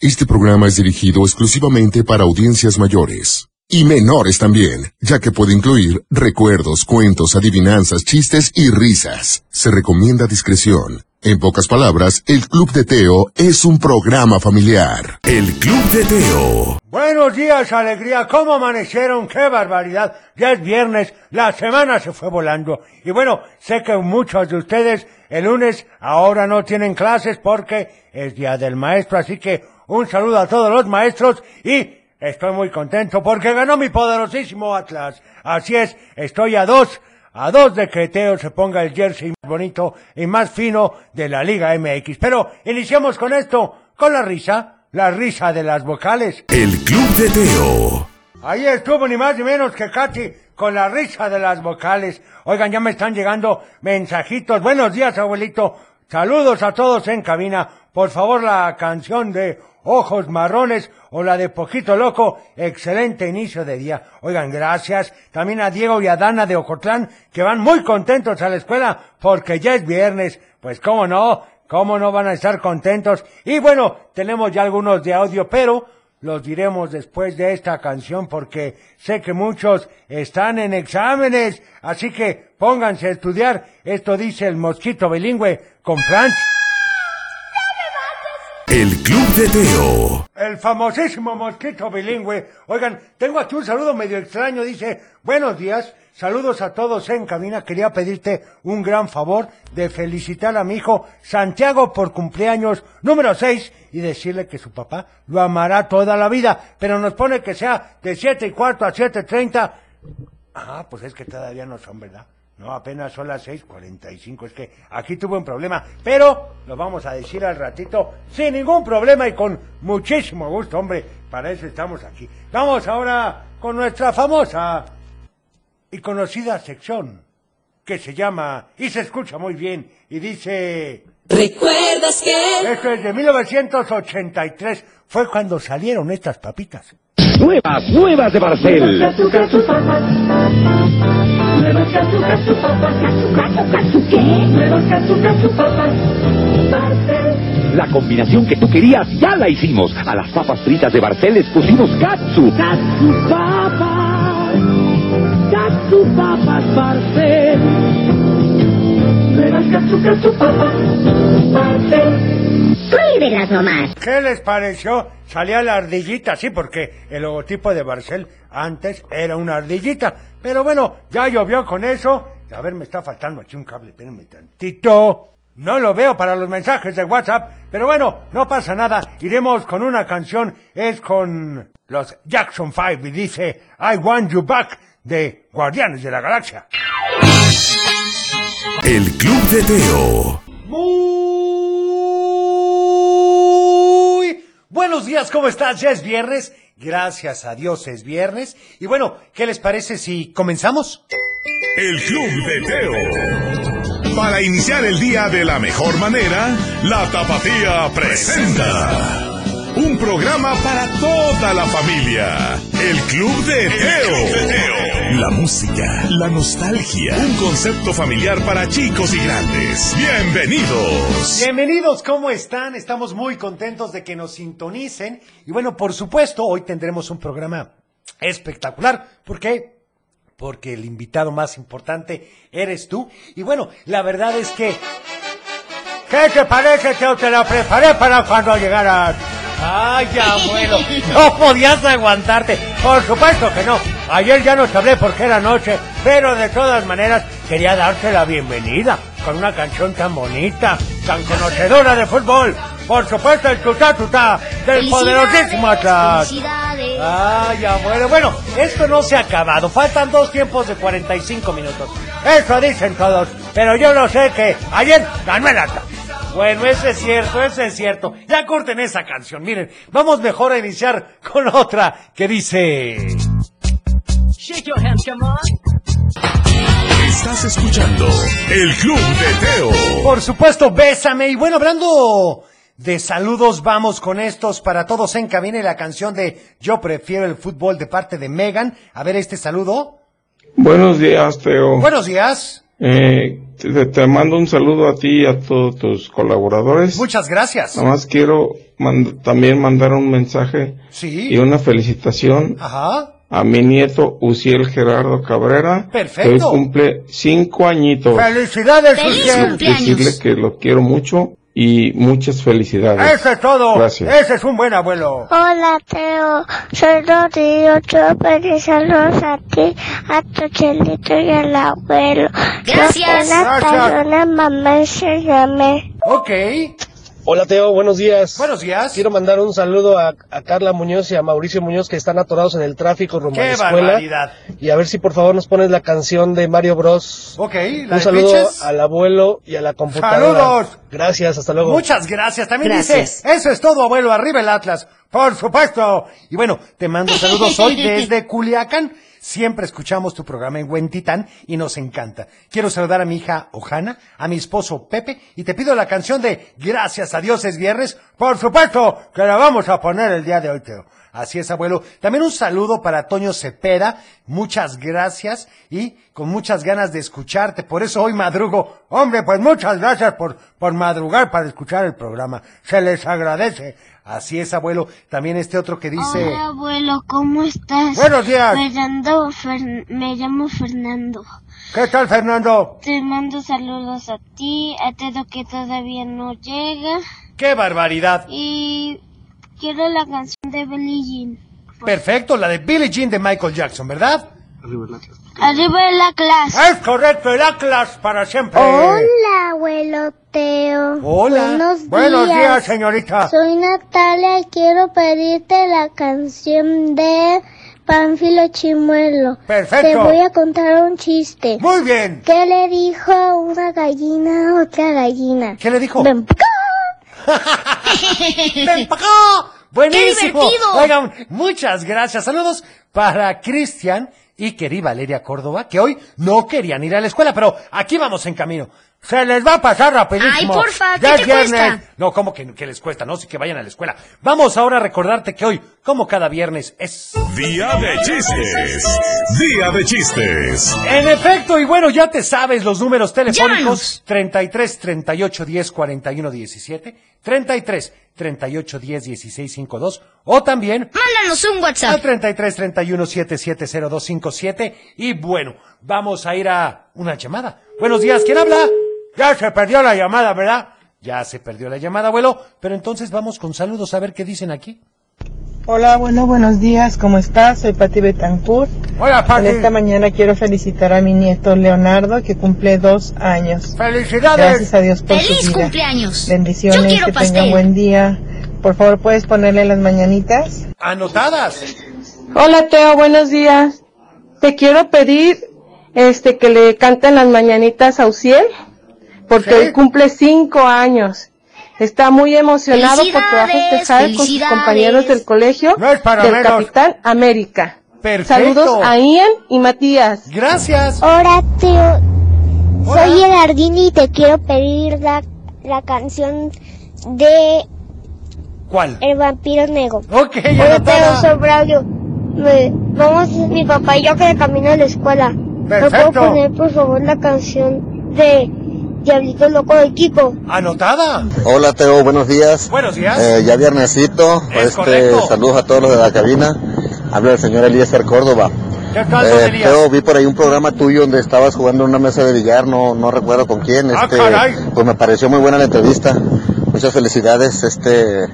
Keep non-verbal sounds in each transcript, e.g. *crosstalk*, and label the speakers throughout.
Speaker 1: Este programa es dirigido exclusivamente para audiencias mayores y menores también, ya que puede incluir recuerdos, cuentos, adivinanzas, chistes y risas. Se recomienda discreción. En pocas palabras, el Club de Teo es un programa familiar.
Speaker 2: El Club de Teo.
Speaker 3: Buenos días, alegría. ¿Cómo amanecieron? ¡Qué barbaridad! Ya es viernes, la semana se fue volando. Y bueno, sé que muchos de ustedes el lunes ahora no tienen clases porque es Día del Maestro. Así que un saludo a todos los maestros y estoy muy contento porque ganó mi poderosísimo Atlas. Así es, estoy a dos a dos de que Teo se ponga el jersey más bonito y más fino de la Liga MX. Pero iniciamos con esto, con la risa, la risa de las vocales.
Speaker 2: El Club de Teo.
Speaker 3: Ahí estuvo ni más ni menos que Katy con la risa de las vocales. Oigan, ya me están llegando mensajitos. Buenos días, abuelito. Saludos a todos en cabina. Por favor, la canción de Ojos Marrones o la de Poquito Loco. Excelente inicio de día. Oigan, gracias también a Diego y a Dana de Ocotlán que van muy contentos a la escuela porque ya es viernes. Pues cómo no, cómo no van a estar contentos. Y bueno, tenemos ya algunos de audio, pero los diremos después de esta canción porque sé que muchos están en exámenes, así que pónganse a estudiar. Esto dice el mosquito bilingüe con Franz,
Speaker 2: El Club de Teo.
Speaker 3: el famosísimo mosquito bilingüe. Oigan, tengo aquí un saludo medio extraño, dice, buenos días. Saludos a todos en cabina. Quería pedirte un gran favor de felicitar a mi hijo Santiago por cumpleaños número 6 y decirle que su papá lo amará toda la vida. Pero nos pone que sea de 7 y cuarto a 7.30. Ah, pues es que todavía no son, ¿verdad? No, apenas son las 6:45. Es que aquí tuve un problema, pero lo vamos a decir al ratito sin ningún problema y con muchísimo gusto, hombre. Para eso estamos aquí. Vamos ahora con nuestra famosa y conocida sección que se llama y se escucha muy bien y dice.
Speaker 4: ¿Recuerdas que?
Speaker 3: Esto es de 1983. Fue cuando salieron estas papitas.
Speaker 5: Nuevas, nuevas de Barcel.
Speaker 6: Nuevas casucas, su papá, casucas, casucas, su qué? Nuevas casucas, su papá, pastel.
Speaker 5: La combinación que tú querías ya la hicimos. A las papas fritas de Barcel les pusimos katsu.
Speaker 6: Casu papas, casu papas, pastel. Nuevas casucas, su papá, pastel. Prohíbelas nomás.
Speaker 3: ¿Qué les pareció? Salía la ardillita, sí, porque el logotipo de Barcel antes era una ardillita. Pero bueno, ya llovió con eso. A ver, me está faltando aquí un cable, espérenme tantito. No lo veo para los mensajes de WhatsApp, pero bueno, no pasa nada. Iremos con una canción, es con los Jackson 5 y dice I Want You Back de Guardianes de la Galaxia.
Speaker 2: El Club de Teo.
Speaker 3: Muy buenos días, ¿cómo estás? Ya es viernes, gracias a Dios es viernes. Y bueno, ¿qué les parece si comenzamos?
Speaker 2: El Club de Teo. Para iniciar el día de la mejor manera, la Tapatía presenta. Un programa para toda la familia. El Club de Teo. La música, la nostalgia. Un concepto familiar para chicos y grandes. Bienvenidos.
Speaker 7: Bienvenidos, ¿cómo están? Estamos muy contentos de que nos sintonicen. Y bueno, por supuesto, hoy tendremos un programa espectacular. ¿Por qué? Porque el invitado más importante eres tú. Y bueno, la verdad es que...
Speaker 3: ¿Qué te parece que te la preparé para cuando llegaras?
Speaker 7: ¡Ay,
Speaker 3: *laughs*
Speaker 7: abuelo! No podías aguantarte.
Speaker 3: Por supuesto que no. Ayer ya no te hablé porque era noche, pero de todas maneras quería darte la bienvenida con una canción tan bonita, tan conocedora de fútbol. Por supuesto, el tutá tutá del poderosísimo Atlas.
Speaker 6: Felicidades.
Speaker 7: ¡Ay, abuelo! Bueno, esto no se ha acabado. Faltan dos tiempos de 45 minutos.
Speaker 3: Eso dicen todos, pero yo no sé que ayer ganó el Atlas.
Speaker 7: Bueno, eso es cierto, eso es cierto. Ya corten esa canción. Miren, vamos mejor a iniciar con otra que dice...
Speaker 2: Estás escuchando El Club de Teo.
Speaker 7: Por supuesto, bésame. Y bueno, hablando de saludos, vamos con estos para todos en cabina y la canción de Yo prefiero el fútbol de parte de Megan. A ver este saludo.
Speaker 8: Buenos días, Teo.
Speaker 7: Buenos días.
Speaker 8: Eh, te, te mando un saludo a ti y a todos tus colaboradores.
Speaker 7: Muchas gracias.
Speaker 8: Nada más quiero mand- también mandar un mensaje
Speaker 7: Sí.
Speaker 8: y una felicitación
Speaker 7: Ajá.
Speaker 8: a mi nieto Uciel Gerardo Cabrera,
Speaker 7: Perfecto.
Speaker 8: que hoy cumple cinco añitos.
Speaker 7: ¡Felicidades,
Speaker 9: Feliz
Speaker 7: Ujiel!
Speaker 9: cumple-
Speaker 8: Decirle
Speaker 9: Cumpleaños.
Speaker 8: que lo quiero mucho y muchas felicidades.
Speaker 7: ¡Eso es todo!
Speaker 8: Gracias.
Speaker 7: ¡Ese es un buen abuelo!
Speaker 10: Hola Teo, soy Rodrigo Chopper y saludos a ti, a tu chelito y al abuelo.
Speaker 9: Gracias.
Speaker 10: Soy una
Speaker 7: Gracias.
Speaker 10: persona mamá y se llame.
Speaker 7: Ok.
Speaker 11: Hola Teo, buenos días.
Speaker 7: Buenos días.
Speaker 11: Quiero mandar un saludo a, a Carla Muñoz y a Mauricio Muñoz que están atorados en el tráfico rumbo a la
Speaker 7: ¡Qué
Speaker 11: escuela.
Speaker 7: barbaridad!
Speaker 11: Y a ver si por favor nos pones la canción de Mario Bros.
Speaker 7: Ok, la
Speaker 11: un
Speaker 7: de
Speaker 11: saludo
Speaker 7: Pitches.
Speaker 11: al abuelo y a la computadora.
Speaker 7: ¡Saludos!
Speaker 11: Gracias, hasta luego.
Speaker 7: Muchas gracias. También
Speaker 9: Gracias.
Speaker 7: dice, eso es todo, abuelo, arriba el Atlas. Por supuesto. Y bueno, te mando saludos hoy desde Culiacán. Siempre escuchamos tu programa en Huentitán y nos encanta. Quiero saludar a mi hija Ojana, a mi esposo Pepe y te pido la canción de Gracias a Dios es viernes. Por supuesto que la vamos a poner el día de hoy, Teo. Así es, abuelo. También un saludo para Toño Cepera. Muchas gracias y con muchas ganas de escucharte. Por eso hoy madrugo. Hombre, pues muchas gracias por, por madrugar para escuchar el programa. Se les agradece. Así es, abuelo. También este otro que dice...
Speaker 10: Hola abuelo, ¿cómo estás?
Speaker 7: Buenos días.
Speaker 10: Me llamo, Fer- me llamo Fernando.
Speaker 7: ¿Qué tal, Fernando?
Speaker 10: Te mando saludos a ti, a Teo que todavía no llega
Speaker 7: ¡Qué barbaridad!
Speaker 10: y quiero la canción de Billie Jean.
Speaker 7: Perfecto, la de Billie Jean de Michael Jackson, ¿verdad?
Speaker 10: Arriba de la clase.
Speaker 7: Es correcto, el Atlas para siempre.
Speaker 10: Hola, abuelo Teo.
Speaker 7: Eh. Hola.
Speaker 10: Buenos días.
Speaker 7: señorita.
Speaker 10: Soy Natalia y quiero pedirte la canción de Panfilo Chimuelo.
Speaker 7: Perfecto.
Speaker 10: Te voy a contar un chiste.
Speaker 7: Muy bien.
Speaker 10: ¿Qué le dijo una gallina a otra gallina?
Speaker 7: ¿Qué le dijo?
Speaker 10: Ven pa' acá.
Speaker 7: *laughs* ¡Ven pa' acá! ¡Buenísimo!
Speaker 9: divertido!
Speaker 7: Oigan, muchas gracias. Saludos para Cristian y querida Valeria Córdoba, que hoy no querían ir a la escuela, pero aquí vamos en camino. Se les va a pasar rapidísimo.
Speaker 9: Ay, porfa, ¿qué
Speaker 7: Ya es
Speaker 9: te
Speaker 7: viernes.
Speaker 9: cuesta?
Speaker 7: No, ¿cómo que, que les cuesta? No, sí que vayan a la escuela. Vamos ahora a recordarte que hoy, como cada viernes, es...
Speaker 2: Día de chistes. Día de chistes.
Speaker 7: En efecto, y bueno, ya te sabes los números telefónicos:
Speaker 9: Llámanos.
Speaker 7: 33 38 10 41 17, 33 38 10 16 52, o también
Speaker 9: *laughs* Mándanos un
Speaker 7: al
Speaker 9: WhatsApp.
Speaker 7: 33 31 770257. Y bueno, vamos a ir a una llamada. Buenos días, ¿quién habla? Ya se perdió la llamada, ¿verdad? Ya se perdió la llamada, abuelo, pero entonces vamos con saludos a ver qué dicen aquí.
Speaker 11: Hola, bueno, buenos días, ¿cómo estás? Soy Pati Betancourt.
Speaker 7: Hola, Pati.
Speaker 11: mañana quiero felicitar a mi nieto Leonardo que cumple dos años.
Speaker 7: Felicidades.
Speaker 11: a Dios
Speaker 9: ¡Feliz cumpleaños!
Speaker 11: Bendiciones,
Speaker 9: Yo quiero
Speaker 11: que
Speaker 9: pastel.
Speaker 11: tengan buen día. Por favor, ¿puedes ponerle las mañanitas?
Speaker 7: Anotadas.
Speaker 11: Hola, Teo, buenos días. Te quiero pedir este que le canten las mañanitas a Uciel, porque
Speaker 7: Sí.
Speaker 11: hoy cumple cinco años. Está muy emocionado porque va a
Speaker 9: Felicidades,
Speaker 11: festejar con sus
Speaker 9: felicidades.
Speaker 11: compañeros del colegio
Speaker 7: No es para
Speaker 11: del
Speaker 7: menos.
Speaker 11: Capitán América.
Speaker 7: Perfecto.
Speaker 11: Saludos a Oh, Ian y Matías.
Speaker 7: Gracias.
Speaker 10: Hola, Teo.
Speaker 7: Hola.
Speaker 10: Soy Gerardini y te quiero pedir la, la canción de
Speaker 7: ¿Cuál?
Speaker 11: eh,
Speaker 10: El vampiro negro.
Speaker 7: Ok,
Speaker 10: Hola, Teo,
Speaker 7: anotada.
Speaker 10: soy Braulio. Me- vamos, mi papá y yo que de camino a la escuela. ¿Me puedo
Speaker 7: Perfecto.
Speaker 10: poner, por favor, la canción de Diablito Loco de Kiko?
Speaker 7: Anotada.
Speaker 11: Hola, Teo, buenos días. Eh,
Speaker 7: Buenos días.
Speaker 8: Eh,
Speaker 11: ya viernesito,
Speaker 7: Es este, correcto.
Speaker 11: saludos a todos los de la cabina. Habla el señor Eliezer Córdoba.
Speaker 7: ¿Qué tal,
Speaker 11: Eh,
Speaker 7: don Elías?
Speaker 11: Teo, vi por ahí un programa tuyo donde estabas jugando en una mesa de billar, no, no recuerdo con quién.
Speaker 7: Ah,
Speaker 11: Este,
Speaker 7: caray.
Speaker 11: Pues me pareció muy buena la entrevista. Muchas felicidades este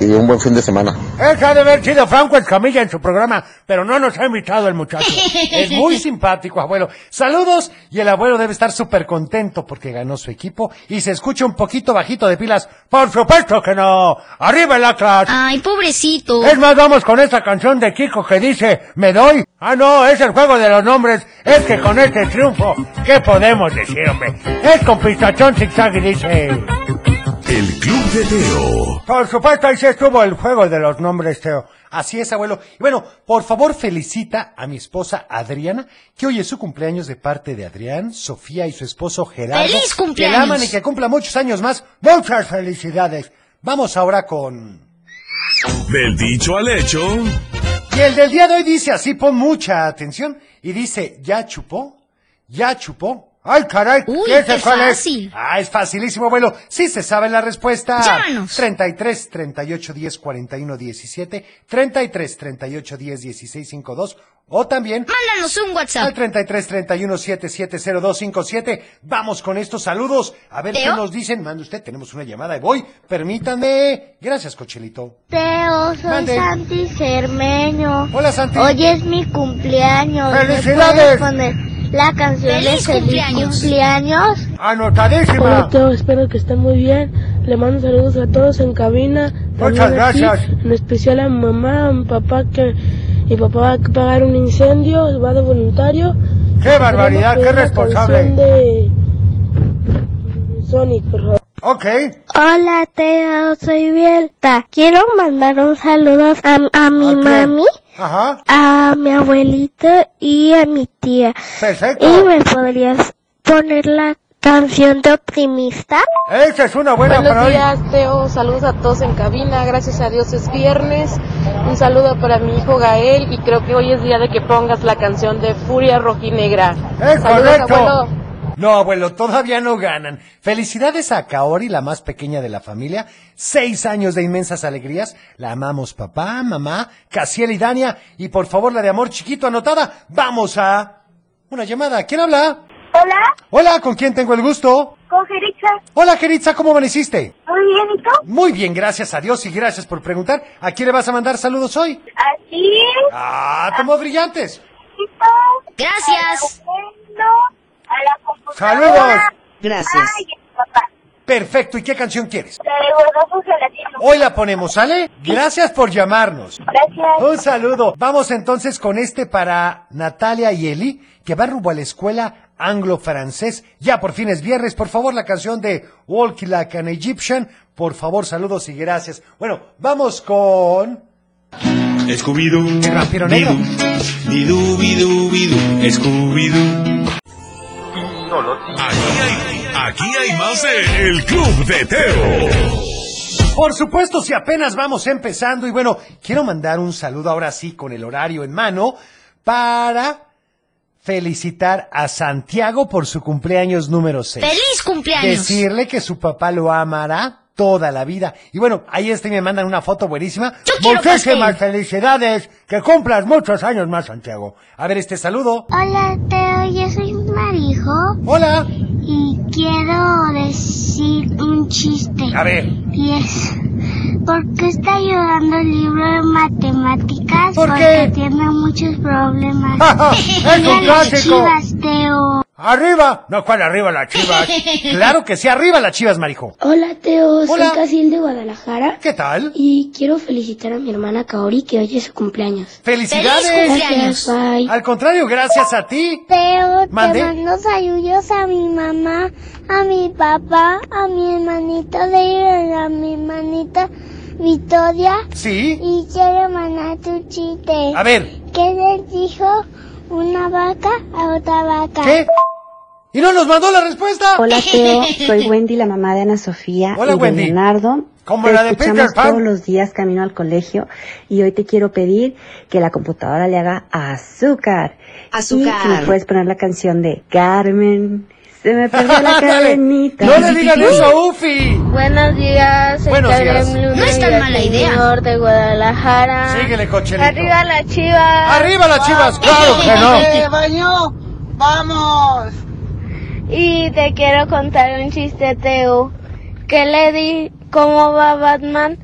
Speaker 11: y un buen fin de semana.
Speaker 7: Ese ha de haber sido Franco Escamilla en su programa, pero no nos ha invitado el
Speaker 9: *laughs*
Speaker 7: muchacho. Es muy simpático, abuelo. Saludos, y el abuelo debe estar súper contento porque ganó su equipo y se escucha un poquito bajito de pilas. ¡Por supuesto que no! ¡Arriba el Atlas!
Speaker 9: Ay, pobrecito.
Speaker 7: Es más, vamos con esta canción de Kiko que dice, ¿me doy? Ah, no, es el juego de los nombres. Es que con este triunfo, ¿qué podemos decir, hombre? Es con pistachón zigzag y dice...
Speaker 2: El Club de Teo.
Speaker 7: Por supuesto, ahí se estuvo el juego de los nombres, Teo. Así es, abuelo. Y bueno, por favor felicita a mi esposa Adriana, que hoy es su cumpleaños de parte de Adrián, Sofía y su esposo Gerardo.
Speaker 9: ¡Feliz
Speaker 7: Que
Speaker 9: cumpleaños!
Speaker 7: la aman y que cumpla muchos años más. Muchas felicidades. Vamos ahora con...
Speaker 2: Del dicho al hecho.
Speaker 7: Y el del día de hoy dice así, pon mucha atención. Y dice, ya chupó, ya chupó.
Speaker 3: ¡Ay, caray!
Speaker 9: Uy,
Speaker 3: ¿Ese
Speaker 9: qué
Speaker 3: cuál es?
Speaker 9: fácil.
Speaker 7: Ah, es facilísimo, abuelo. Sí se sabe la respuesta.
Speaker 9: Llámanos.
Speaker 7: 33 38 10 41 17, 33 38 10 16 52 o también
Speaker 9: Mándanos un
Speaker 7: al
Speaker 9: WhatsApp.
Speaker 7: 33 31 770257. Vamos con estos saludos. A ver
Speaker 9: Teo.
Speaker 7: qué nos dicen. Mande usted, tenemos una llamada y voy. Permítanme. Gracias, Cochelito.
Speaker 10: Teo, soy
Speaker 7: Mande.
Speaker 10: Santi Cermeño.
Speaker 7: Hola, Santi.
Speaker 10: Hoy es mi cumpleaños. ¿Me
Speaker 7: ¡Felicidades!
Speaker 10: puedes poner la canción
Speaker 9: ¡Feliz
Speaker 10: de feliz
Speaker 9: cumpleaños!
Speaker 10: cumpleaños?
Speaker 7: Ah,
Speaker 3: ¡Anotadísima!
Speaker 12: Teo, espero que estén muy bien. Le mando saludos a todos en cabina.
Speaker 3: Muchas
Speaker 12: también a ti,
Speaker 3: gracias.
Speaker 12: en especial a mi mamá, a mi papá, que mi papá va a pagar un incendio, va de voluntario.
Speaker 3: ¡Qué barbaridad! ¡Qué
Speaker 12: Queremos pedir la canción
Speaker 3: responsable!
Speaker 12: de Sonic, por favor.
Speaker 3: Ok.
Speaker 10: Hola, Teo, soy Bielta. Quiero mandar un saludo a, a mi
Speaker 3: ¿A quién?
Speaker 10: mami,
Speaker 3: Ajá.
Speaker 10: a mi abuelito y a mi tía.
Speaker 3: Perfecto.
Speaker 10: ¿Y me podrías poner la canción de Optimista?
Speaker 3: Esa es una buena para
Speaker 12: Buenos
Speaker 3: hoy.
Speaker 12: días, Teo. Saludos a todos en cabina. Gracias a Dios es viernes. Un saludo para mi hijo Gael y creo que hoy es día de que pongas la canción de Furia Rojinegra.
Speaker 7: Es
Speaker 12: Saludos,
Speaker 7: correcto.
Speaker 12: abuelo.
Speaker 7: No, abuelo, todavía no ganan. Felicidades a Kaori, la más pequeña de la familia. Seis años de inmensas alegrías. La amamos papá, mamá, Casiel y Dania. Y por favor, la de amor chiquito anotada. Vamos a... Una llamada. ¿Quién habla?
Speaker 10: Hola,
Speaker 7: Hola, ¿con quién tengo el gusto?
Speaker 10: con Jerica.
Speaker 7: Hola, Geritza, ¿cómo amaneciste?
Speaker 10: Muy bien, ¿y tú?
Speaker 7: Muy bien, gracias a Dios y gracias por preguntar. ¿A quién le vas a mandar saludos hoy?
Speaker 10: Así es,
Speaker 7: Ah, tomó brillantes.
Speaker 10: chicos.
Speaker 9: Gracias.
Speaker 10: A la computadora.
Speaker 7: Saludos.
Speaker 13: Gracias.
Speaker 10: Ay, papá.
Speaker 7: Perfecto, ¿y qué canción quieres?
Speaker 10: Te guardo su gelatina.
Speaker 7: Hoy la ponemos, ¿sale? Gracias por llamarnos.
Speaker 10: Gracias.
Speaker 7: Un saludo. Vamos entonces con este para Natalia y Eli, que va rumbo a la escuela anglo-francés. Ya por fin es viernes. Por favor, la canción de Walk Like an Egyptian. Por favor, saludos y gracias. Bueno, vamos con...
Speaker 2: Scooby-Doo.
Speaker 7: El vampiro negro.
Speaker 2: Bidú, bidú, bidú. Scooby-Doo. Aquí hay, aquí hay más de El Club de Teo.
Speaker 7: Por supuesto, si apenas vamos empezando. Y bueno, quiero mandar un saludo ahora sí con el horario en mano para felicitar a Santiago por su cumpleaños número 6.
Speaker 9: ¡Feliz cumpleaños!
Speaker 7: Decirle que su papá lo amará toda la vida. Y bueno, ahí está y me mandan una foto buenísima.
Speaker 9: Yo quiero
Speaker 7: Muchísimas
Speaker 9: pastel.
Speaker 7: felicidades. Que cumplas muchos años más, Santiago. A ver este saludo.
Speaker 10: Hola, Teo, yo soy Marijo
Speaker 7: Hola.
Speaker 10: y quiero decir un chiste.
Speaker 7: A ver, *laughs*
Speaker 10: Y es, ¿por qué está llorando el libro de matemáticas?
Speaker 7: ¿Por
Speaker 10: Porque
Speaker 7: qué? Ah,
Speaker 10: tiene muchos problemas.
Speaker 7: es
Speaker 10: Mira
Speaker 7: un
Speaker 10: las
Speaker 7: clásico.
Speaker 10: chivas, Teo.
Speaker 7: Arriba. No, ¿cuál arriba
Speaker 9: *laughs*
Speaker 7: las chivas? claro que sí, arriba las chivas, Marijo.
Speaker 12: Hola, Teo.
Speaker 7: Hola.
Speaker 12: Soy Casil de Guadalajara
Speaker 7: ¿Qué tal?
Speaker 12: y quiero felicitar a mi hermana Kaori que hoy es su cumpleaños.
Speaker 7: ¡Felicidades!
Speaker 9: ¡Feliz
Speaker 12: Gracias,
Speaker 9: cumpleaños!
Speaker 12: bye.
Speaker 7: Al contrario, gracias a ti.
Speaker 10: Teo,
Speaker 7: Mande.
Speaker 10: te mando saludos a mi mamá, a mi papá, a mi hermanito Leila, a mi hermanita Victoria.
Speaker 7: Sí.
Speaker 10: Y quiero mandar tu chiste.
Speaker 7: A ver,
Speaker 10: ¿Qué les dijo una vaca a otra vaca?
Speaker 7: ¿qué? ¿Y no nos mandó la respuesta?
Speaker 13: Hola
Speaker 7: *laughs*
Speaker 13: Teo, soy Wendy, la mamá de Ana Sofía
Speaker 7: Hola,
Speaker 13: y de
Speaker 7: Wendy.
Speaker 13: Leonardo.
Speaker 7: Como
Speaker 13: te
Speaker 7: la de
Speaker 13: escuchamos
Speaker 7: Peter Pan.
Speaker 13: todos los días camino al colegio y hoy te quiero pedir que la computadora le haga azúcar.
Speaker 9: Azúcar.
Speaker 13: Y si me puedes poner la canción de Carmen, se me perdió
Speaker 7: *laughs*
Speaker 13: la
Speaker 7: Ándale.
Speaker 13: cadenita.
Speaker 7: No le digan eso a Ufi.
Speaker 10: Buenos días, soy
Speaker 7: Buenos
Speaker 10: Karen
Speaker 7: días.
Speaker 10: Luna
Speaker 9: No es tan
Speaker 10: del
Speaker 9: mala idea.
Speaker 10: Señor de Guadalajara.
Speaker 7: Síguele, cochelito.
Speaker 10: Arriba la chiva.
Speaker 7: Arriba las chivas, claro que no.
Speaker 12: baño! ¡Vamos!
Speaker 10: Y te quiero contar un chiste, Teo. ¿Qué le di? ¿Cómo va Batman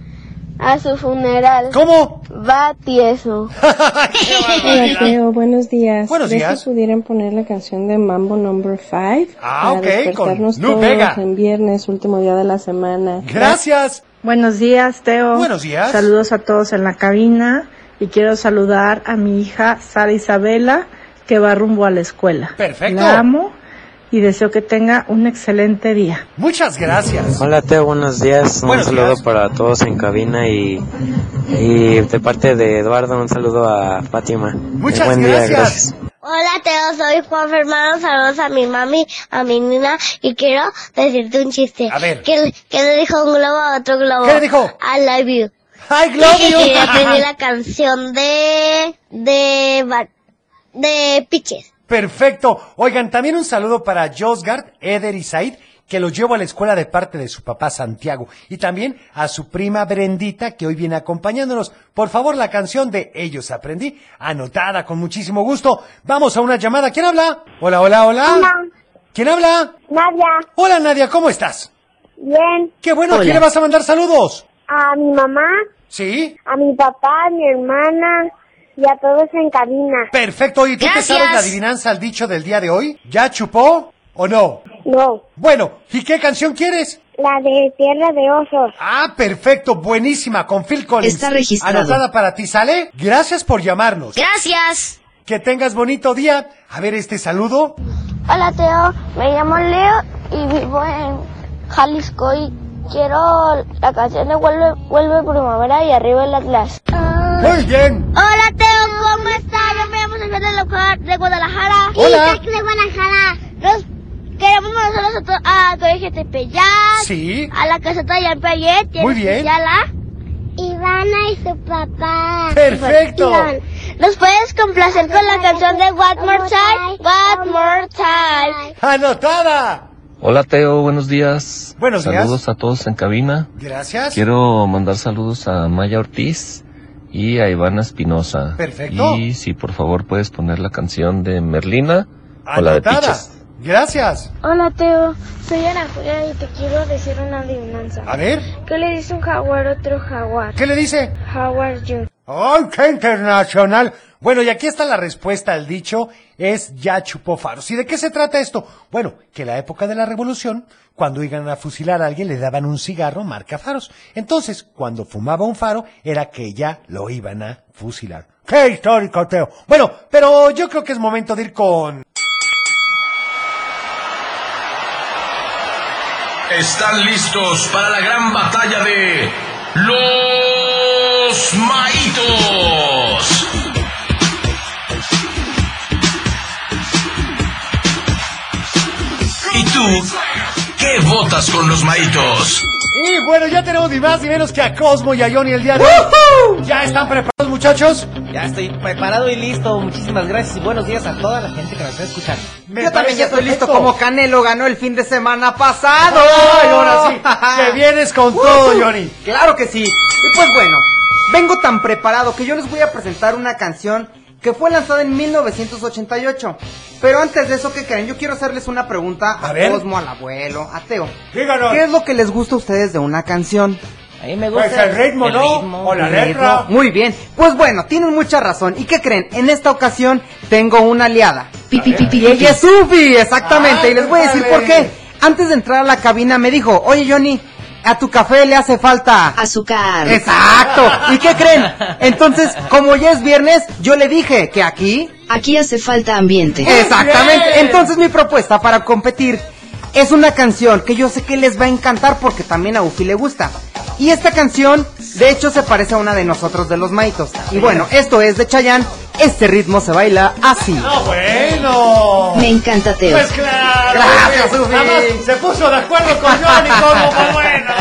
Speaker 10: a su funeral?
Speaker 7: ¿Cómo?
Speaker 10: Va tieso.
Speaker 7: Qué
Speaker 12: Hola,
Speaker 7: barbaridad.
Speaker 12: Teo. Buenos días.
Speaker 7: Buenos
Speaker 12: ¿Ves
Speaker 7: días.
Speaker 12: que pudieran poner la canción de Mambo Number 5?
Speaker 7: Ah, ok,
Speaker 12: despertarnos
Speaker 7: con Lu
Speaker 12: todos
Speaker 7: Vega.
Speaker 12: en viernes, último día de la semana.
Speaker 7: Gracias.
Speaker 12: Buenos días, Teo.
Speaker 7: Buenos días.
Speaker 12: Saludos a todos en la cabina y quiero saludar a mi hija Sara Isabela que va rumbo a la escuela.
Speaker 7: Perfecto.
Speaker 12: La amo y deseo que tenga un excelente día.
Speaker 7: Muchas gracias.
Speaker 14: Hola Teo, buenos días. Un
Speaker 7: Buenos
Speaker 14: saludo
Speaker 7: días.
Speaker 14: para todos en cabina y, y de parte de Eduardo un saludo a Fátima.
Speaker 7: Muchas
Speaker 14: Buen día,
Speaker 7: gracias.
Speaker 14: gracias.
Speaker 10: Hola, Teo. Soy Juan Fernando. Saludos a mi mami, a mi nina. Y quiero decirte un chiste.
Speaker 7: A ver.
Speaker 10: ¿Qué, qué le dijo un globo a otro globo?
Speaker 7: ¿Qué le dijo?
Speaker 10: I love you.
Speaker 7: ¡Ay,
Speaker 10: *laughs* Y aprendí
Speaker 7: Claudio!
Speaker 10: la canción de. de. Ba- de Piches.
Speaker 7: Perfecto. Oigan, también un saludo para Josgard, Eder y Said, que los llevo a la escuela de parte de su papá Santiago. Y también a su prima Brendita, que hoy viene acompañándonos. Por favor, la canción de Ellos Aprendí, anotada con muchísimo gusto. Vamos a una llamada. ¿Quién habla? Hola, hola, hola.
Speaker 15: Hola.
Speaker 7: ¿Quién habla?
Speaker 15: Nadia,
Speaker 7: Hola, Nadia, ¿cómo estás?
Speaker 15: bien.
Speaker 7: Qué bueno, ¿a ¿quién le vas a mandar saludos?
Speaker 15: A mi mamá,
Speaker 7: ¿Sí?
Speaker 15: a mi papá, a mi hermana y a todos en cabina.
Speaker 7: Perfecto, ¿y tú te
Speaker 15: Gracias.
Speaker 7: sabes la adivinanza al dicho del día de hoy? ¿Ya chupó o no?
Speaker 15: No,
Speaker 7: Bueno, ¿y qué canción quieres?
Speaker 15: la de Tierra de Osos.
Speaker 7: Ah, perfecto, buenísima, con Phil Collins.
Speaker 15: Está registrado.
Speaker 7: Anotada para ti, ¿sale? Gracias por llamarnos.
Speaker 9: Gracias.
Speaker 7: Que tengas bonito día. A ver este saludo.
Speaker 10: Hola Teo, me llamo Leo y vivo en Jalisco y quiero la canción de Vuelve, Vuelve Primavera y arriba el Atlas.
Speaker 7: Muy bien.
Speaker 9: Hola,
Speaker 10: Teo, ¿cómo estás? Yo me llamo Silvia de, la Gua- de Guadalajara.
Speaker 7: Hola.
Speaker 10: Y soy de Guadalajara. Los queremos mandar saludos a to- a Colegio Tepeyac.
Speaker 7: Sí.
Speaker 10: A la caseta de Ampayet.
Speaker 7: Muy bien.
Speaker 10: Ivana y su papá.
Speaker 7: Perfecto.
Speaker 10: Iván, ¿Nos puedes complacer con la canción de What More Time? What More Time.
Speaker 7: Anotada.
Speaker 16: Hola Teo, buenos días.
Speaker 7: Buenos días.
Speaker 16: saludos a todos en cabina.
Speaker 7: Gracias.
Speaker 16: Quiero mandar saludos a Maya Ortiz y a Ivana Espinosa.
Speaker 7: Perfecto.
Speaker 16: Y si por favor puedes poner la canción de Merlina o la de
Speaker 7: Anotada.
Speaker 16: Piches.
Speaker 7: Gracias.
Speaker 17: Hola Teo, soy Ana Julia y te quiero decir una adivinanza.
Speaker 7: A ver.
Speaker 17: ¿Qué le dice un jaguar a otro jaguar?
Speaker 7: ¿Qué le dice?
Speaker 17: How are you?
Speaker 7: ¡Ay, qué internacional! Bueno, y aquí está la respuesta al dicho, es ya chupó faros. ¿Y de qué se trata esto? Bueno, que en la época de la Revolución, cuando iban a fusilar a alguien, le daban un cigarro marca faros. Entonces, cuando fumaba un faro, era que ya lo iban a fusilar. ¡Qué histórico, Teo! Bueno, pero yo creo que es momento de ir con...
Speaker 2: Están listos para la gran batalla de los maitos. ¿Y tú qué votas con los maitos?
Speaker 7: Y bueno, ya tenemos ni más ni menos que a Cosmo y a Johnny el día de hoy. ¿Ya están preparados, muchachos?
Speaker 18: Ya estoy preparado y listo. Muchísimas gracias y buenos días a toda la gente que nos está escuchando.
Speaker 7: Me
Speaker 18: Yo también
Speaker 7: parece
Speaker 18: ya estoy
Speaker 7: perfecto.
Speaker 18: listo como Canelo ganó el fin de semana pasado.
Speaker 7: ¡Ay, ahora *laughs* sí! ¡Te
Speaker 18: *laughs*
Speaker 7: vienes con todo, Johnny!
Speaker 18: Claro que sí. Y pues bueno, vengo tan preparado que yo les voy a presentar una canción que fue lanzada en 1988. Pero antes de eso, ¿qué creen? Yo quiero hacerles una pregunta a,
Speaker 7: ver.
Speaker 18: Cosmo, al abuelo, a Teo.
Speaker 7: Díganos.
Speaker 18: ¿Qué es lo que les gusta a ustedes de una canción? A mí me
Speaker 7: gusta Pues el ritmo, el ¿no? ritmo. O la letra.
Speaker 18: Muy bien. Pues bueno, tienen mucha razón. ¿Y qué creen? En esta ocasión tengo una aliada.
Speaker 17: Pi, pi, pi, pi,
Speaker 18: Y ella es Sufi, exactamente.
Speaker 17: Ay,
Speaker 18: y les voy a decir por
Speaker 17: padre.
Speaker 18: qué. Antes de entrar a la cabina me dijo, oye Johnny, a tu café le hace falta azúcar. Exacto. ¿Y qué creen? Entonces, como ya es viernes, yo le dije que aquí... Aquí hace falta ambiente. Exactamente.
Speaker 17: Bien.
Speaker 18: Entonces mi propuesta para competir es una canción que yo sé que les va a encantar porque también a Ufi le gusta. Y esta canción, de hecho, se parece a una de nosotros de los maitos. Y bueno, esto es de Chayanne. Este ritmo se baila así.
Speaker 7: Ah, bueno!
Speaker 18: Me encanta Teo.
Speaker 7: Pues claro.
Speaker 18: Gracias,
Speaker 7: pues,
Speaker 18: Sufi.
Speaker 7: nada más se puso de acuerdo con Johnny como pues bueno.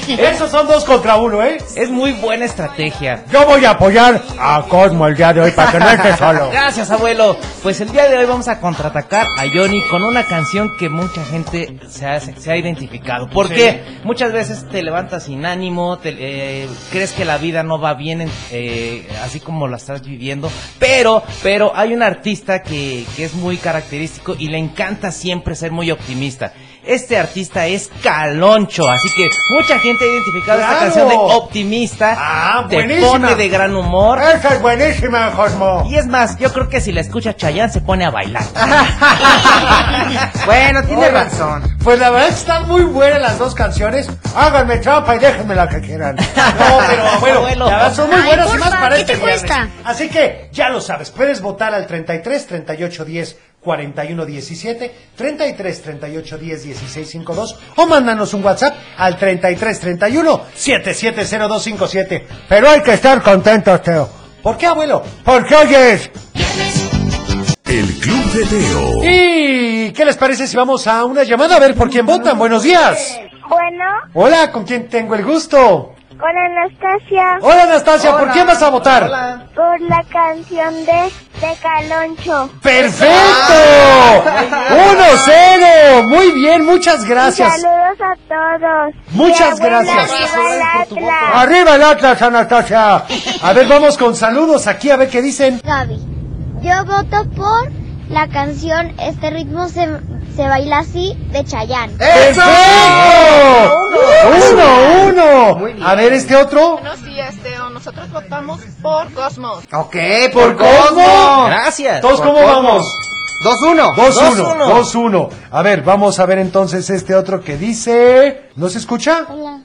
Speaker 18: *laughs*
Speaker 7: Esos son dos contra uno, ¿eh?
Speaker 19: Es muy buena estrategia.
Speaker 7: Yo voy a apoyar a Cosmo el día de hoy para que no esté solo.
Speaker 19: Gracias, abuelo. Pues el día de hoy vamos a contraatacar a Johnny con una canción que mucha gente se ha, se ha identificado. ¿Por
Speaker 18: Sí.
Speaker 19: qué? Muchas veces te levantas sin ánimo, te, eh, crees que la vida no va bien en- eh, así como la estás viviendo, pero, pero hay un artista que, que es muy característico y le encanta siempre ser muy optimista. Este artista es Caloncho, así que mucha gente ha identificado
Speaker 7: Claro.
Speaker 19: esta canción de optimista, te
Speaker 7: buenísima.
Speaker 19: pone de gran humor.
Speaker 7: Esa es buenísima, Cosmo.
Speaker 19: Y es más, yo creo que si la escucha Chayanne se pone
Speaker 7: *laughs*
Speaker 19: a bailar.
Speaker 18: bueno, tiene
Speaker 7: Oigan,
Speaker 18: razón.
Speaker 7: Pues la verdad están muy buenas las dos canciones. Háganme trampa y déjenme la que
Speaker 19: *laughs*
Speaker 7: quieran. No, pero bueno,
Speaker 19: Abuelo.
Speaker 7: la verdad son muy
Speaker 19: Ay,
Speaker 7: buenas y
Speaker 19: porfa,
Speaker 7: más para
Speaker 19: ¿qué
Speaker 7: este
Speaker 19: te
Speaker 7: viernes.
Speaker 19: cuesta?
Speaker 7: Así que ya lo sabes, puedes votar al 33 38 10 41 17, 33 38 10 16 52 o mándanos un WhatsApp al 33 31 770257. Pero hay que estar contentos, Teo. ¿Por qué, abuelo? Porque hoy es
Speaker 2: El Club de Teo.
Speaker 7: ¿Y qué les parece si vamos a una llamada a ver por quién votan? Buenos días.
Speaker 10: Bueno,
Speaker 7: Hola, ¿con quién tengo el gusto?
Speaker 15: Hola Anastasia.
Speaker 7: Hola Anastasia, ¿por quién vas a votar?
Speaker 15: Por la canción de, de Caloncho.
Speaker 7: ¡Perfecto! ¡1-0! Muy bien, muchas gracias.
Speaker 15: Saludos a todos.
Speaker 7: Muchas
Speaker 15: Y abuela,
Speaker 7: gracias.
Speaker 15: viva el Atlas.
Speaker 7: Arriba el Atlas, Anastasia. A ver, vamos con saludos aquí, a ver qué dicen.
Speaker 17: Gaby. Yo voto por la canción Este ritmo se, se baila así de Chayanne.
Speaker 7: ¡Perfecto! ¡Uno, uno! A ver, este otro.
Speaker 12: Buenos días, Teo. Nosotros votamos por Cosmos.
Speaker 18: Ok,
Speaker 7: Eh, por Cosmo. ¿Todos cómo vamos?
Speaker 18: 2-1.
Speaker 7: 2-1, 2-1. A ver, vamos a ver entonces este otro que dice... ¿No se escucha?
Speaker 20: Hola,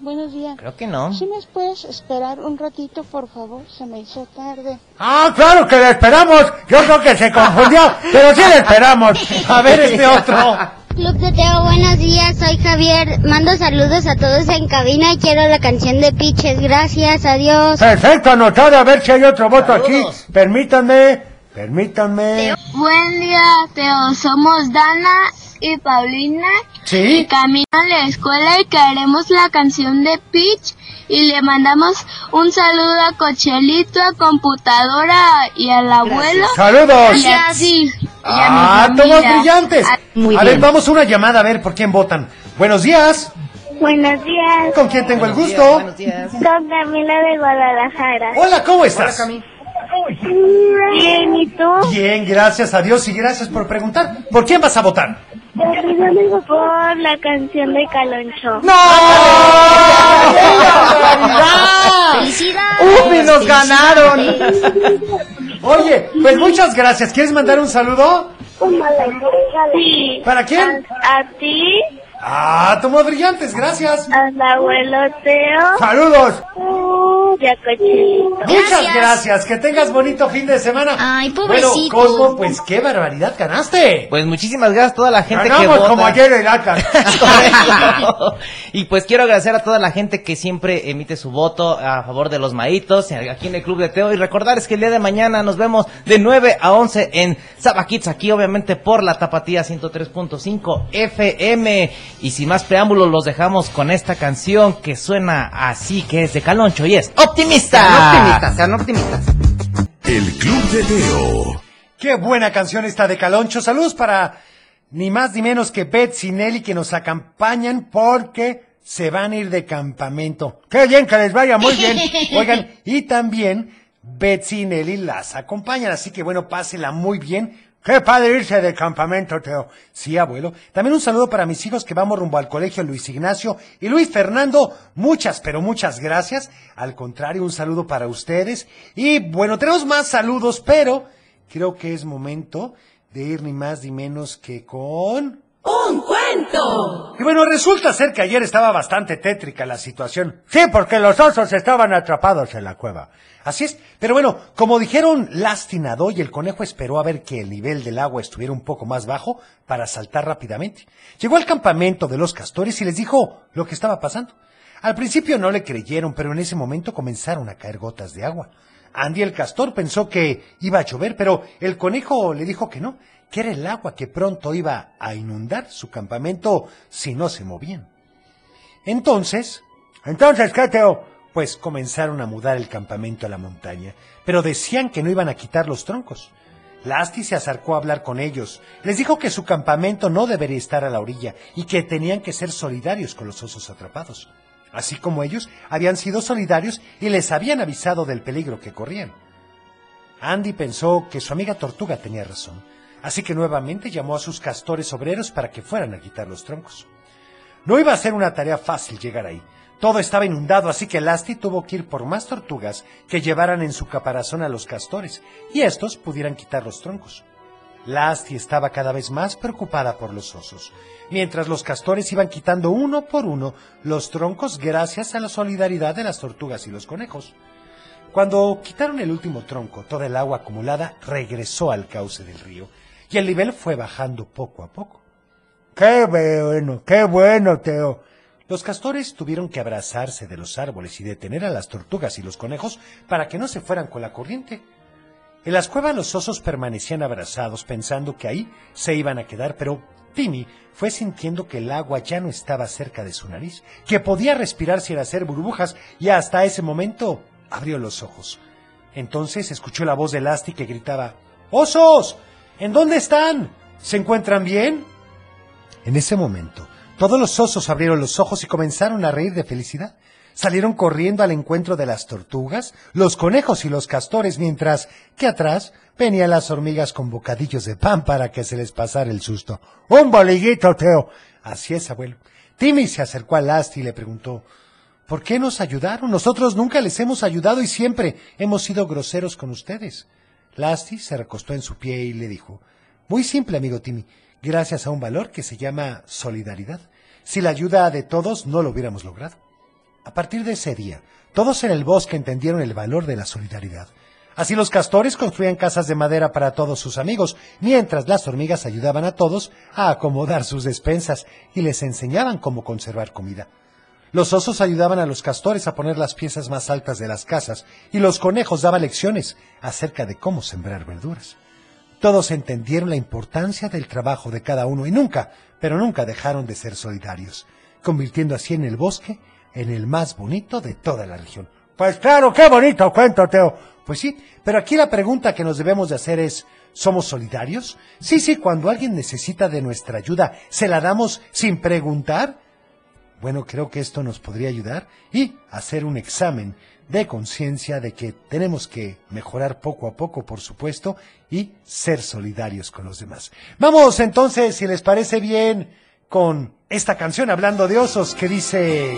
Speaker 20: buenos días.
Speaker 19: Creo que no.
Speaker 20: ¿Sí me puedes esperar un ratito, por favor? Se me hizo tarde.
Speaker 7: Ah, claro que le esperamos. Yo creo que se confundió, *laughs* pero sí le esperamos. A ver este otro.
Speaker 17: Club de Teo, buenos días, soy Javier. Mando saludos a todos en cabina y quiero la canción de Piches. Gracias, adiós.
Speaker 7: Perfecto, anotado. A ver si hay otro voto aquí. Permítanme, permítanme.
Speaker 21: Buen día, Teo. Somos Dana y Paulina.
Speaker 7: Sí.
Speaker 21: Y camino a la escuela y queremos la canción de Peach. Y le mandamos un saludo a Cochelito, a Computadora y al abuelo.
Speaker 7: Saludos.
Speaker 21: Y así. y a mi
Speaker 7: Ah,
Speaker 21: familia.
Speaker 7: todos brillantes.
Speaker 21: Muy
Speaker 7: a ver,
Speaker 21: bien.
Speaker 7: vamos una llamada a ver por quién votan. Buenos días.
Speaker 15: Buenos días.
Speaker 7: ¿Con quién tengo el gusto?
Speaker 15: Con Camila de Guadalajara.
Speaker 7: Hola, ¿cómo estás?
Speaker 15: Bien, ¿y tú?
Speaker 7: Bien, gracias a Dios y gracias por preguntar. ¿Por quién vas a votar?
Speaker 15: Por la canción de Caloncho.
Speaker 7: ¡No! *laughs*
Speaker 15: *laughs*
Speaker 18: ¡Uy, nos ganaron!
Speaker 7: *laughs* Oye, pues muchas gracias. ¿Quieres mandar un saludo? ¿Para quién?
Speaker 15: A, a ti,
Speaker 7: Ah, tomó brillantes, gracias.
Speaker 15: al abuelo Teo.
Speaker 7: Saludos.
Speaker 15: Y a Cochelito.
Speaker 7: Muchas gracias, que tengas bonito fin de semana. Ay, Bueno,
Speaker 19: pobrecito.
Speaker 7: Cosmo, pues qué barbaridad ganaste.
Speaker 19: Pues muchísimas gracias a toda la gente que
Speaker 7: Ganamos
Speaker 19: vota.
Speaker 7: como ayer el Atlas. *laughs*
Speaker 19: Y pues quiero agradecer a toda la gente que siempre emite su voto a favor de los maitos aquí en el Club de Teo. Y recordarles que el día de mañana nos vemos de 9 a 11 en Sabaquits, aquí obviamente por la Tapatía 103.5 FM. Y sin más preámbulos, los dejamos con esta canción que suena así, que es de Caloncho y es Optimista.
Speaker 18: Sean optimistas, sean optimistas.
Speaker 2: El Club de Teo.
Speaker 7: Qué buena canción esta de Caloncho. Saludos para ni más ni menos que Betsy y Nelly que nos acompañan porque se van a ir de campamento. Qué bien, que les vaya muy *laughs* bien. Oigan, y también Betsy y Nelly las acompañan, así que bueno, pásenla muy bien. Qué padre irse de campamento, Teo. Sí, abuelo. También un saludo para mis hijos que vamos rumbo al colegio Luis Ignacio y Luis Fernando. Muchas, pero muchas gracias. Al contrario, un saludo para ustedes. Y bueno, tenemos más saludos, pero creo que es momento de ir ni más ni menos que con...
Speaker 4: ¡Un cuento!
Speaker 7: Y bueno, resulta ser que ayer estaba bastante tétrica la situación. Sí, porque los osos estaban atrapados en la cueva. Así es. Pero bueno, como dijeron Lastina y el conejo esperó a ver que el nivel del agua estuviera un poco más bajo para saltar rápidamente. Llegó al campamento de los castores y les dijo lo que estaba pasando. Al principio no le creyeron, pero en ese momento comenzaron a caer gotas de agua. Andy el castor pensó que iba a llover, pero el conejo le dijo que no, que era el agua que pronto iba a inundar su campamento si no se movían. Entonces, entonces, ¿qué, Teo? Pues comenzaron a mudar el campamento a la montaña, pero decían que no iban a quitar los troncos. Lasti se acercó a hablar con ellos. Les dijo que su campamento no debería estar a la orilla y que tenían que ser solidarios con los osos atrapados. Así como ellos habían sido solidarios y les habían avisado del peligro que corrían. Andy pensó que su amiga Tortuga tenía razón, así que nuevamente llamó a sus castores obreros para que fueran a quitar los troncos. No iba a ser una tarea fácil llegar ahí. Todo estaba inundado, así que Lasti tuvo que ir por más tortugas que llevaran en su caparazón a los castores, y estos pudieran quitar los troncos. Lasti estaba cada vez más preocupada por los osos, mientras los castores iban quitando uno por uno los troncos gracias a la solidaridad de las tortugas y los conejos. Cuando quitaron el último tronco, toda el agua acumulada regresó al cauce del río, y el nivel fue bajando poco a poco. ¡Qué bueno, qué bueno, Teo! Los castores tuvieron que abrazarse de los árboles y detener a las tortugas y los conejos para que no se fueran con la corriente. En las cuevas los osos permanecían abrazados pensando que ahí se iban a quedar, pero Timmy fue sintiendo que el agua ya no estaba cerca de su nariz, que podía respirar sin hacer burbujas y hasta ese momento abrió los ojos. Entonces escuchó la voz de Lasty que gritaba, ¡Osos! ¿En dónde están? ¿Se encuentran bien? En ese momento, todos los osos abrieron los ojos y comenzaron a reír de felicidad. Salieron corriendo al encuentro de las tortugas, los conejos y los castores, mientras que atrás venían las hormigas con bocadillos de pan para que se les pasara el susto. ¡Un boliguito, Teo! Así es, abuelo. Timmy se acercó a Lasty y le preguntó, ¿Por qué nos ayudaron? Nosotros nunca les hemos ayudado y siempre hemos sido groseros con ustedes. Lasty se recostó en su pie y le dijo, Muy simple, amigo Timmy, gracias a un valor que se llama solidaridad. Si la ayuda de todos no lo hubiéramos logrado. A partir de ese día, todos en el bosque entendieron el valor de la solidaridad. Así los castores construían casas de madera para todos sus amigos, mientras las hormigas ayudaban a todos a acomodar sus despensas y les enseñaban cómo conservar comida. Los osos ayudaban a los castores a poner las piezas más altas de las casas y los conejos daban lecciones acerca de cómo sembrar verduras. Todos entendieron la importancia del trabajo de cada uno y nunca, pero nunca dejaron de ser solidarios, convirtiendo así en el bosque en el más bonito de toda la región. Pues claro, qué bonito cuento, Teo. Pues sí, pero aquí la pregunta que nos debemos de hacer es, ¿somos solidarios? Sí, sí, cuando alguien necesita de nuestra ayuda, ¿se la damos sin preguntar? Bueno, creo que esto nos podría ayudar y hacer un examen de conciencia de que tenemos que mejorar poco a poco, por supuesto, y ser solidarios con los demás. Vamos entonces, si les parece bien, con esta canción hablando de osos que dice...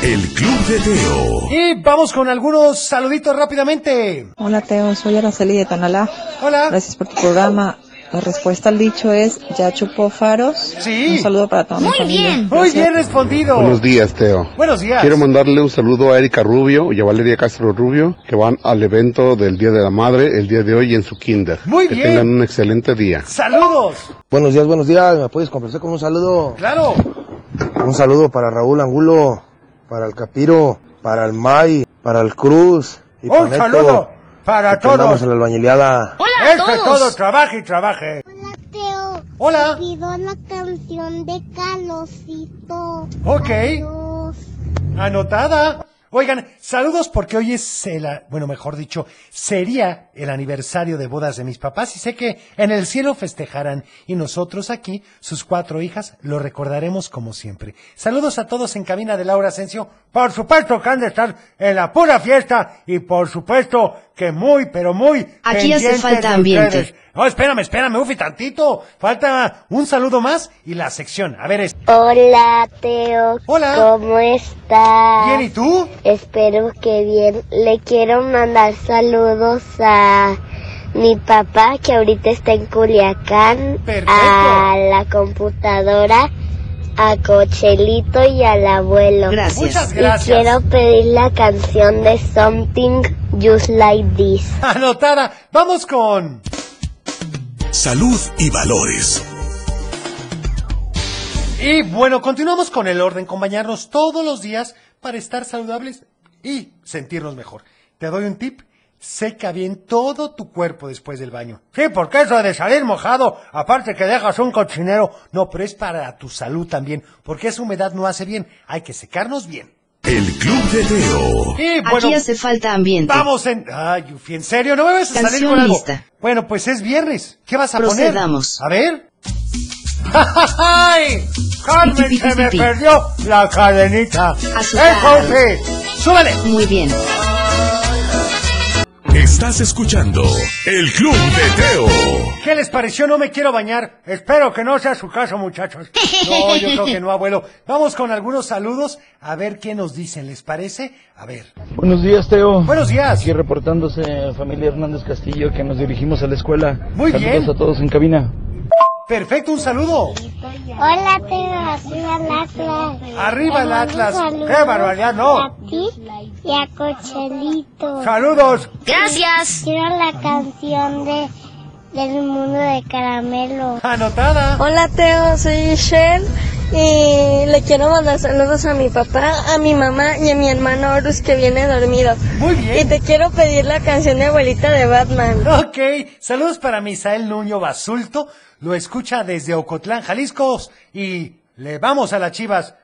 Speaker 2: El Club de Teo.
Speaker 7: Y vamos con algunos saluditos rápidamente.
Speaker 12: Hola Teo, soy Araceli de Tonalá.
Speaker 7: Hola.
Speaker 12: Gracias por tu programa. La respuesta al dicho es, ya chupó faros.
Speaker 7: Sí.
Speaker 12: Un saludo para toda mi familia.
Speaker 7: Muy bien respondido.
Speaker 22: Buenos días, Teo.
Speaker 7: Buenos días.
Speaker 22: Quiero mandarle un saludo a Erika Rubio y a Valeria Castro Rubio, que van al evento del Día de la Madre el día de hoy en su kinder.
Speaker 7: Muy
Speaker 22: que
Speaker 7: bien.
Speaker 22: tengan un excelente día.
Speaker 7: Saludos.
Speaker 14: Buenos días, buenos días. ¿Me puedes complacer con un saludo?
Speaker 7: Claro.
Speaker 14: Un saludo para Raúl Angulo, para el Capiro, para el May, para el Cruz. Y
Speaker 7: Un
Speaker 14: Neto,
Speaker 7: saludo para
Speaker 14: que andamos
Speaker 7: todos.
Speaker 14: en la albañileada.
Speaker 7: Hola Eso es todo, trabaje y trabaje.
Speaker 10: Teo.
Speaker 7: Hola.
Speaker 10: Pido la canción de Calosito.
Speaker 7: Ok. Anotada. Oigan, saludos porque hoy es el, a- bueno, mejor dicho, sería el aniversario de bodas de mis papás y sé que en el cielo festejarán y nosotros aquí, sus cuatro hijas, lo recordaremos como siempre. Saludos a todos en cabina de Laura Asensio. Por supuesto que han de estar en la pura fiesta y por supuesto que muy, pero muy...
Speaker 3: Aquí hace
Speaker 7: pendientes
Speaker 3: falta
Speaker 7: de
Speaker 3: ambiente.
Speaker 7: ustedes. No, espérame, espérame, Ufi, tantito. Falta un saludo más y la sección. A ver, es...
Speaker 10: Hola, Teo.
Speaker 7: Hola.
Speaker 10: ¿Cómo estás?
Speaker 7: Bien, ¿y tú? *laughs*
Speaker 10: Espero que bien. Le quiero mandar saludos a mi papá, que ahorita está en Culiacán. A la computadora, a Cochelito y al abuelo.
Speaker 7: Gracias. Muchas gracias.
Speaker 10: Y quiero pedir la canción de Something Just Like This.
Speaker 7: Anotada. Vamos con...
Speaker 2: Salud y valores.
Speaker 7: Y bueno, continuamos con el orden, acompañarnos todos los días para estar saludables y sentirnos mejor. Te doy un tip, seca bien todo tu cuerpo después del baño. Sí, porque eso de salir mojado, aparte que dejas un cochinero, no, pero es para tu salud también, porque esa humedad no hace bien, hay que secarnos bien.
Speaker 2: El Club de Teo.
Speaker 7: Y bueno,
Speaker 3: Aquí hace falta ambiente.
Speaker 7: vamos en... Ay, Ufi, ¿en serio? ¿No me vas a salir
Speaker 3: Canción
Speaker 7: con algo?
Speaker 3: lista.
Speaker 7: Bueno, pues es viernes, ¿qué vas a
Speaker 3: Procedamos.
Speaker 7: poner? A ver... ¡Ay! Carmen se me perdió la cadenita.
Speaker 3: Azúcar.
Speaker 7: ¡Eh, Jorge! ¡Súbale!
Speaker 3: Muy bien.
Speaker 2: Estás escuchando El Club de Teo.
Speaker 7: ¿Qué les pareció? No me quiero bañar. Espero que no sea su caso, muchachos. No, yo creo que no, abuelo. Vamos con algunos saludos a ver qué nos dicen. ¿Les parece? A ver.
Speaker 8: Buenos días, Teo.
Speaker 7: Buenos días.
Speaker 8: Aquí reportándose familia Hernández Castillo, que nos dirigimos a la escuela.
Speaker 7: Muy
Speaker 8: Saludos
Speaker 7: bien.
Speaker 8: a todos en cabina.
Speaker 7: Perfecto, un saludo.
Speaker 10: Hola, Teo, arriba el Atlas.
Speaker 7: Arriba el Atlas.
Speaker 10: Saludos
Speaker 7: ¡Qué barbaridad, no!
Speaker 10: A ti y a Cochelito.
Speaker 7: Saludos.
Speaker 10: Gracias. Quiero la canción de del mundo de caramelo.
Speaker 7: Anotada.
Speaker 5: Hola Teo, soy Michelle
Speaker 3: Y le quiero mandar saludos a mi papá, a mi mamá y a mi hermano Horus que viene dormido.
Speaker 7: Muy bien.
Speaker 3: Y te quiero pedir la canción de abuelita de Batman.
Speaker 7: Ok, saludos para Misael Nuño Basulto. Lo escucha desde Ocotlán, Jalisco. Y le vamos a las chivas.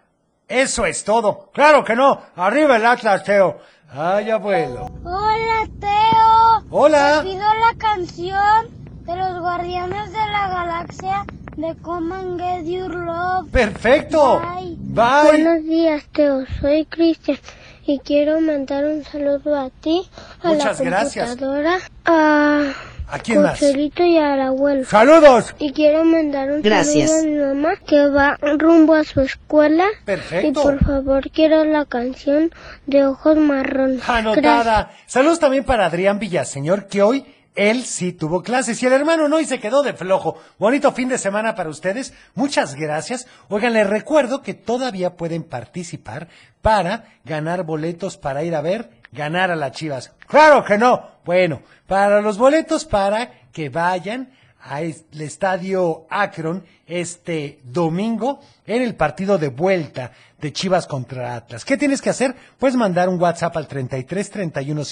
Speaker 7: Eso es todo. Claro que no. Arriba el Atlas, Teo. Ay, abuelo.
Speaker 5: Hola, Teo.
Speaker 7: Hola.
Speaker 5: Te pido la canción de los Guardianes de la Galaxia de Come and Get Your Love.
Speaker 7: Perfecto.
Speaker 5: Bye.
Speaker 7: Bye.
Speaker 5: Buenos días, Teo. Soy Cristian y quiero mandar un saludo a ti, a
Speaker 7: Muchas
Speaker 5: la
Speaker 7: gracias.
Speaker 5: computadora, a
Speaker 7: ¿A quién más?
Speaker 5: Cochelito y al abuelo.
Speaker 7: ¡Saludos!
Speaker 5: Y quiero mandar un
Speaker 7: Gracias.
Speaker 5: saludo a mi mamá que va rumbo a su escuela.
Speaker 7: Perfecto.
Speaker 5: Y por favor, quiero la canción de Ojos Marrones. Gracias.
Speaker 7: Anotada. Saludos también para Adrián Villaseñor, que hoy él sí tuvo clases y el hermano no y se quedó de flojo. Bonito fin de semana para ustedes. Muchas gracias. Oigan, les recuerdo que todavía pueden participar para ganar boletos para ir a ver ganar a las chivas. ¡Claro que no! Bueno, para los boletos para que vayan al estadio Akron este domingo en el partido de vuelta de Chivas contra Atlas. ¿Qué tienes que hacer? Pues mandar un WhatsApp al 33 31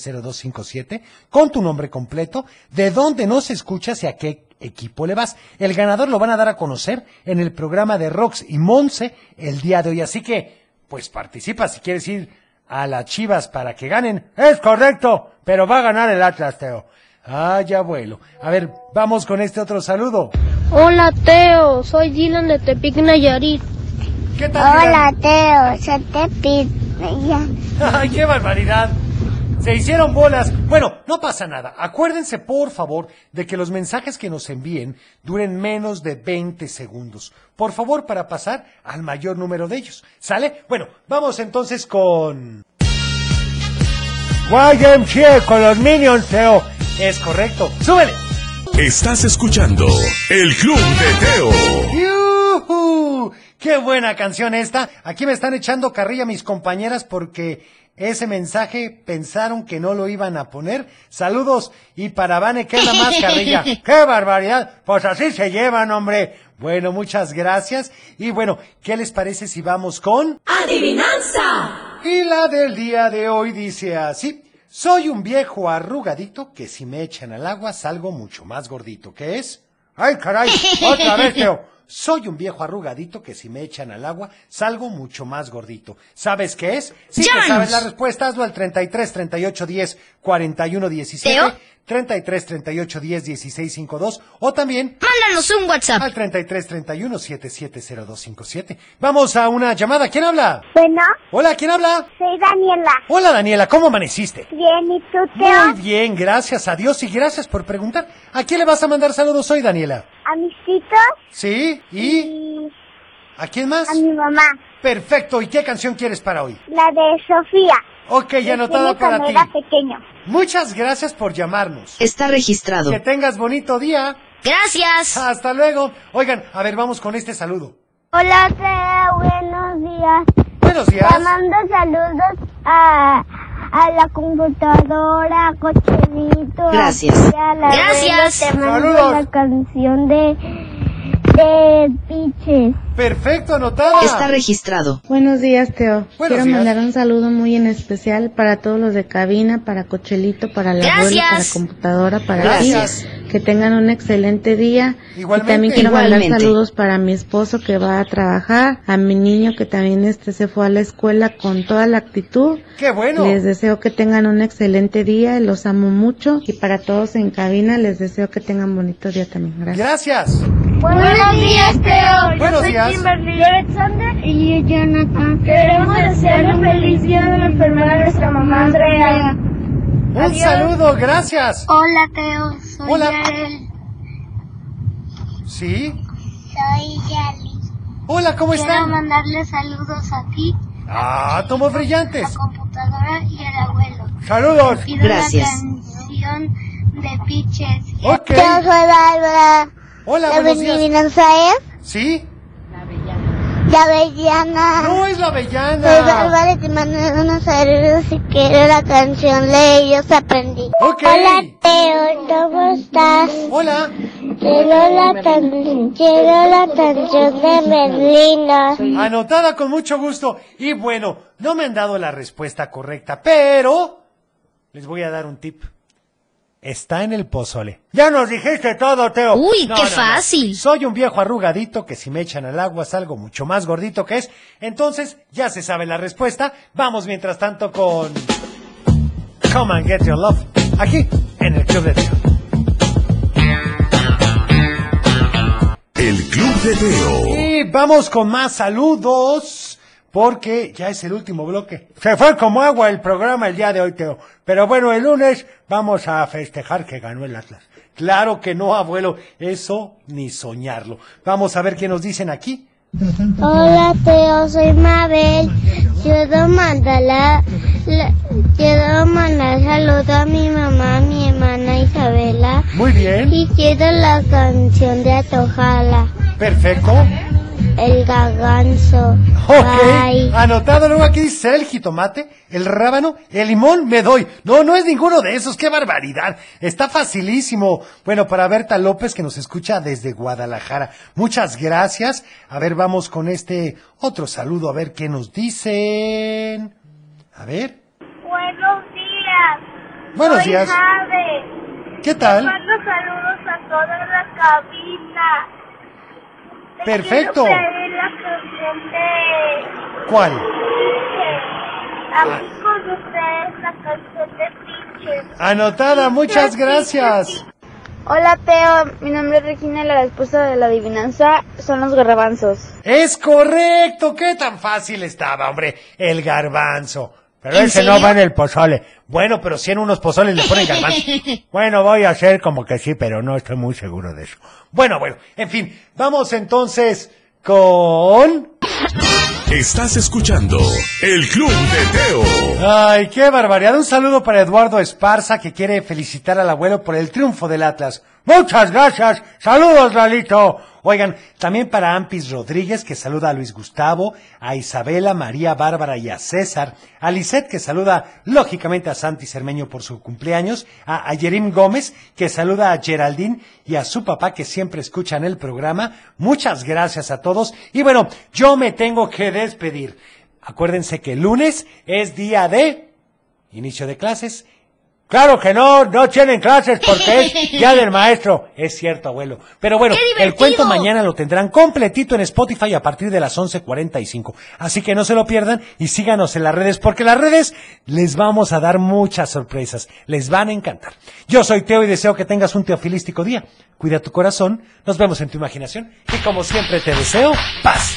Speaker 7: 770257 con tu nombre completo, de dónde nos escuchas y a qué equipo le vas. El ganador lo van a dar a conocer en el programa de Rox y Monse el día de hoy. Así que, pues participa si quieres ir a las Chivas para que ganen. Es correcto, pero va a ganar el Atlas, Teo. Ay, Ah, abuelo. A ver, vamos con este otro saludo.
Speaker 5: Hola, Teo. Soy Dylan de Tepic Nayarit.
Speaker 7: ¿Qué
Speaker 5: Hola, Teo. Soy Tepic
Speaker 7: *laughs* ¡Ay, qué barbaridad! Se hicieron bolas. Bueno, no pasa nada. Acuérdense, por favor, de que los mensajes que nos envíen duren menos de 20 segundos. Por favor, para pasar al mayor número de ellos. ¿Sale? Bueno, vamos entonces con... YMCA con los Minions, Teo. Es correcto. ¡Súbele!
Speaker 2: Estás escuchando El Club de Teo.
Speaker 7: ¡Yujú! ¡Qué buena canción esta! Aquí me están echando carrilla mis compañeras porque ese mensaje pensaron que no lo iban a poner. Saludos y para Vane, que es la más carrilla. ¡Qué barbaridad! Pues así se llevan, hombre. Bueno, muchas gracias. Y bueno, ¿qué les parece si vamos con...
Speaker 4: Adivinanza.
Speaker 7: Y la del día de hoy dice así. Soy un viejo arrugadito que si me echan al agua salgo mucho más gordito. ¿Qué es? ¡Ay, caray! ¡Otra vez, Teo! Soy un viejo arrugadito que si me echan al agua salgo mucho más gordito. ¿Sabes qué es? Si te
Speaker 6: ¡Llanos!
Speaker 7: sabes la respuesta, hazlo al 33 38 10 41 17.
Speaker 6: ¿Teo?
Speaker 7: 33 38 10 16 52 o también
Speaker 6: Mándanos un WhatsApp
Speaker 7: al 33 31 770257. Vamos a una llamada. ¿Quién habla?
Speaker 15: Bueno.
Speaker 7: Hola, ¿quién habla?
Speaker 15: Soy Daniela.
Speaker 7: Hola Daniela, ¿cómo amaneciste?
Speaker 15: Bien, ¿y tú, Teo?
Speaker 7: Muy bien, gracias a Dios y gracias por preguntar. ¿A quién le vas a mandar saludos hoy, Daniela?
Speaker 15: A mis chicos
Speaker 7: ¿Sí? ¿Y
Speaker 15: y
Speaker 7: a quién más?
Speaker 15: a mi mamá.
Speaker 7: Perfecto, ¿y qué canción quieres para hoy?
Speaker 15: La de Sofía.
Speaker 7: Ok,
Speaker 15: Este,
Speaker 7: ya anotada
Speaker 15: tiene cuando
Speaker 7: para ti.
Speaker 15: era pequeño.
Speaker 7: Muchas gracias por llamarnos.
Speaker 9: Está registrado.
Speaker 7: Que tengas bonito día.
Speaker 6: Gracias.
Speaker 7: Hasta luego. Oigan, a ver, vamos con este saludo.
Speaker 5: Hola, Teo. Buenos días.
Speaker 7: Buenos días.
Speaker 5: Te mando saludos a, a la computadora, a Cochelito.
Speaker 6: Gracias.
Speaker 5: a la
Speaker 6: Gracias.
Speaker 5: abuela. Te mando
Speaker 7: Saludos.
Speaker 5: la canción de, de Piches.
Speaker 7: Perfecto, anotada.
Speaker 9: registrado.
Speaker 6: Buenos días, Teo. Quiero
Speaker 7: días.
Speaker 6: mandar un saludo muy en especial para todos los de cabina, para Cochelito, para la Gracias. abuela, para computadora, para ti. Gracias. Que tengan un excelente día. Igualmente. Y también quiero mandar Igualmente. saludos para mi esposo que va a trabajar, a mi niño que también este se fue a la escuela con toda la actitud.
Speaker 7: ¡Qué bueno!
Speaker 6: Les deseo que tengan un excelente día, los amo mucho y para todos en cabina les deseo que tengan bonito día también. Gracias.
Speaker 7: Gracias.
Speaker 5: Buenos días, Teo. Yo
Speaker 6: Buenos
Speaker 5: soy
Speaker 6: días.
Speaker 5: Kimberly. Alexander. Y yo, Jonathan. Queremos desearle un feliz día de la enfermera a nuestra mamá, Andrea.
Speaker 7: Un saludo, gracias.
Speaker 5: Hola, Teo. Soy
Speaker 7: Hola. ¿Sí?
Speaker 5: Soy Yali.
Speaker 7: Hola, ¿cómo
Speaker 5: Quiero
Speaker 7: están?
Speaker 5: mandarle saludos a ti,
Speaker 7: Ah, tomos brillantes.
Speaker 5: computadora y al abuelo.
Speaker 7: Saludos.
Speaker 5: Pido la canción de Piches.
Speaker 7: Ok.
Speaker 5: Yo soy Bárbara.
Speaker 7: Hola,
Speaker 5: ¿La
Speaker 7: buenos días.
Speaker 5: adivinanza es?
Speaker 7: ¿Sí?
Speaker 5: La
Speaker 10: Ah.
Speaker 5: avellana.
Speaker 7: No es la avellana.
Speaker 5: Soy Bárbara y te mando unos saludos y quiero la canción de ellos aprendí.
Speaker 7: Ok.
Speaker 5: Hola, Teo. ¿Cómo estás?
Speaker 7: Hola.
Speaker 10: Quiero la, can- quiero la canción de Merlina.
Speaker 7: Anotada con mucho gusto. Y bueno, no me han dado la respuesta correcta, pero les voy a dar un tip. Está en el pozole. Ya nos dijiste todo, Teo.
Speaker 8: Uy, qué fácil.
Speaker 7: Soy un viejo arrugadito que si me echan al agua salgo mucho más gordito que es. Entonces, ya se sabe la respuesta. Vamos mientras tanto con Come and Get Your Love. Aquí, en el Club de Teo.
Speaker 2: El Club de Teo.
Speaker 7: Y vamos con más saludos, porque ya es el último bloque. Se fue como agua el programa el día de hoy, Teo. Pero bueno, el lunes vamos a festejar que ganó el Atlas. Claro que no, abuelo, eso ni soñarlo. Vamos a ver qué nos dicen aquí.
Speaker 10: Hola Teo, soy Mabel. Quiero mandar la, la- quiero mandar saludo a mi mamá, a mi hermana Isabela
Speaker 7: Muy bien,
Speaker 10: y quiero la canción de Atojala,
Speaker 7: perfecto.
Speaker 10: el gaganzo.
Speaker 7: Ok, anotado luego aquí dice el jitomate, el rábano, el limón, me doy. No, no es ninguno de esos, qué barbaridad. Está facilísimo. Bueno, para Berta López que nos escucha desde Guadalajara. Muchas gracias. A ver, vamos con este otro saludo, a ver qué nos dicen. A ver,
Speaker 5: Buenos días.
Speaker 7: Buenos días.
Speaker 5: Jade.
Speaker 7: ¿qué tal?
Speaker 5: Mando saludos a toda la cabina. Te
Speaker 7: Perfecto.
Speaker 5: quiero pedir la canción de-
Speaker 7: ¿Cuál?
Speaker 5: A mí con ustedes la canción de Pinches.
Speaker 7: Anotada, muchas gracias.
Speaker 11: Hola Teo, mi nombre es Regina, la esposa de la adivinanza son los garrabanzos.
Speaker 7: Es correcto, qué tan fácil estaba, hombre, el garbanzo. Pero
Speaker 5: ¿En
Speaker 7: ese no
Speaker 5: serio?
Speaker 7: va en el pozole. Bueno, pero si en unos pozoles le ponen garbanzo. Bueno, voy a hacer como que sí, pero no estoy muy seguro de eso. Bueno, bueno, en fin, vamos entonces con...
Speaker 2: Estás escuchando El Club de Teo.
Speaker 7: Ay, qué barbaridad. Un saludo para Eduardo Esparza que quiere felicitar al abuelo por el triunfo del Atlas. Muchas gracias. Saludos, Lalito. Oigan, también para Ampis Rodríguez que saluda a Luis Gustavo, a Isabela, María, Bárbara y a César, a Lisette que saluda lógicamente a Santi Cermeño por su cumpleaños, a, a Yerim Gómez que saluda a Geraldine y a su papá que siempre escuchan el programa. Muchas gracias a todos. Y bueno, yo me tengo que despedir. Acuérdense que el lunes es día de inicio de clases. Claro que no, no tienen clases porque es día del maestro. Es cierto, abuelo. Pero bueno, el cuento mañana lo tendrán completito en Spotify a partir de las 11.45. Así que no se lo pierdan y síganos en las redes porque las redes les vamos a dar muchas sorpresas. Les van a encantar. Yo soy Teo y deseo que tengas un teofilístico día. Cuida tu corazón, nos vemos en tu imaginación y como siempre te deseo paz.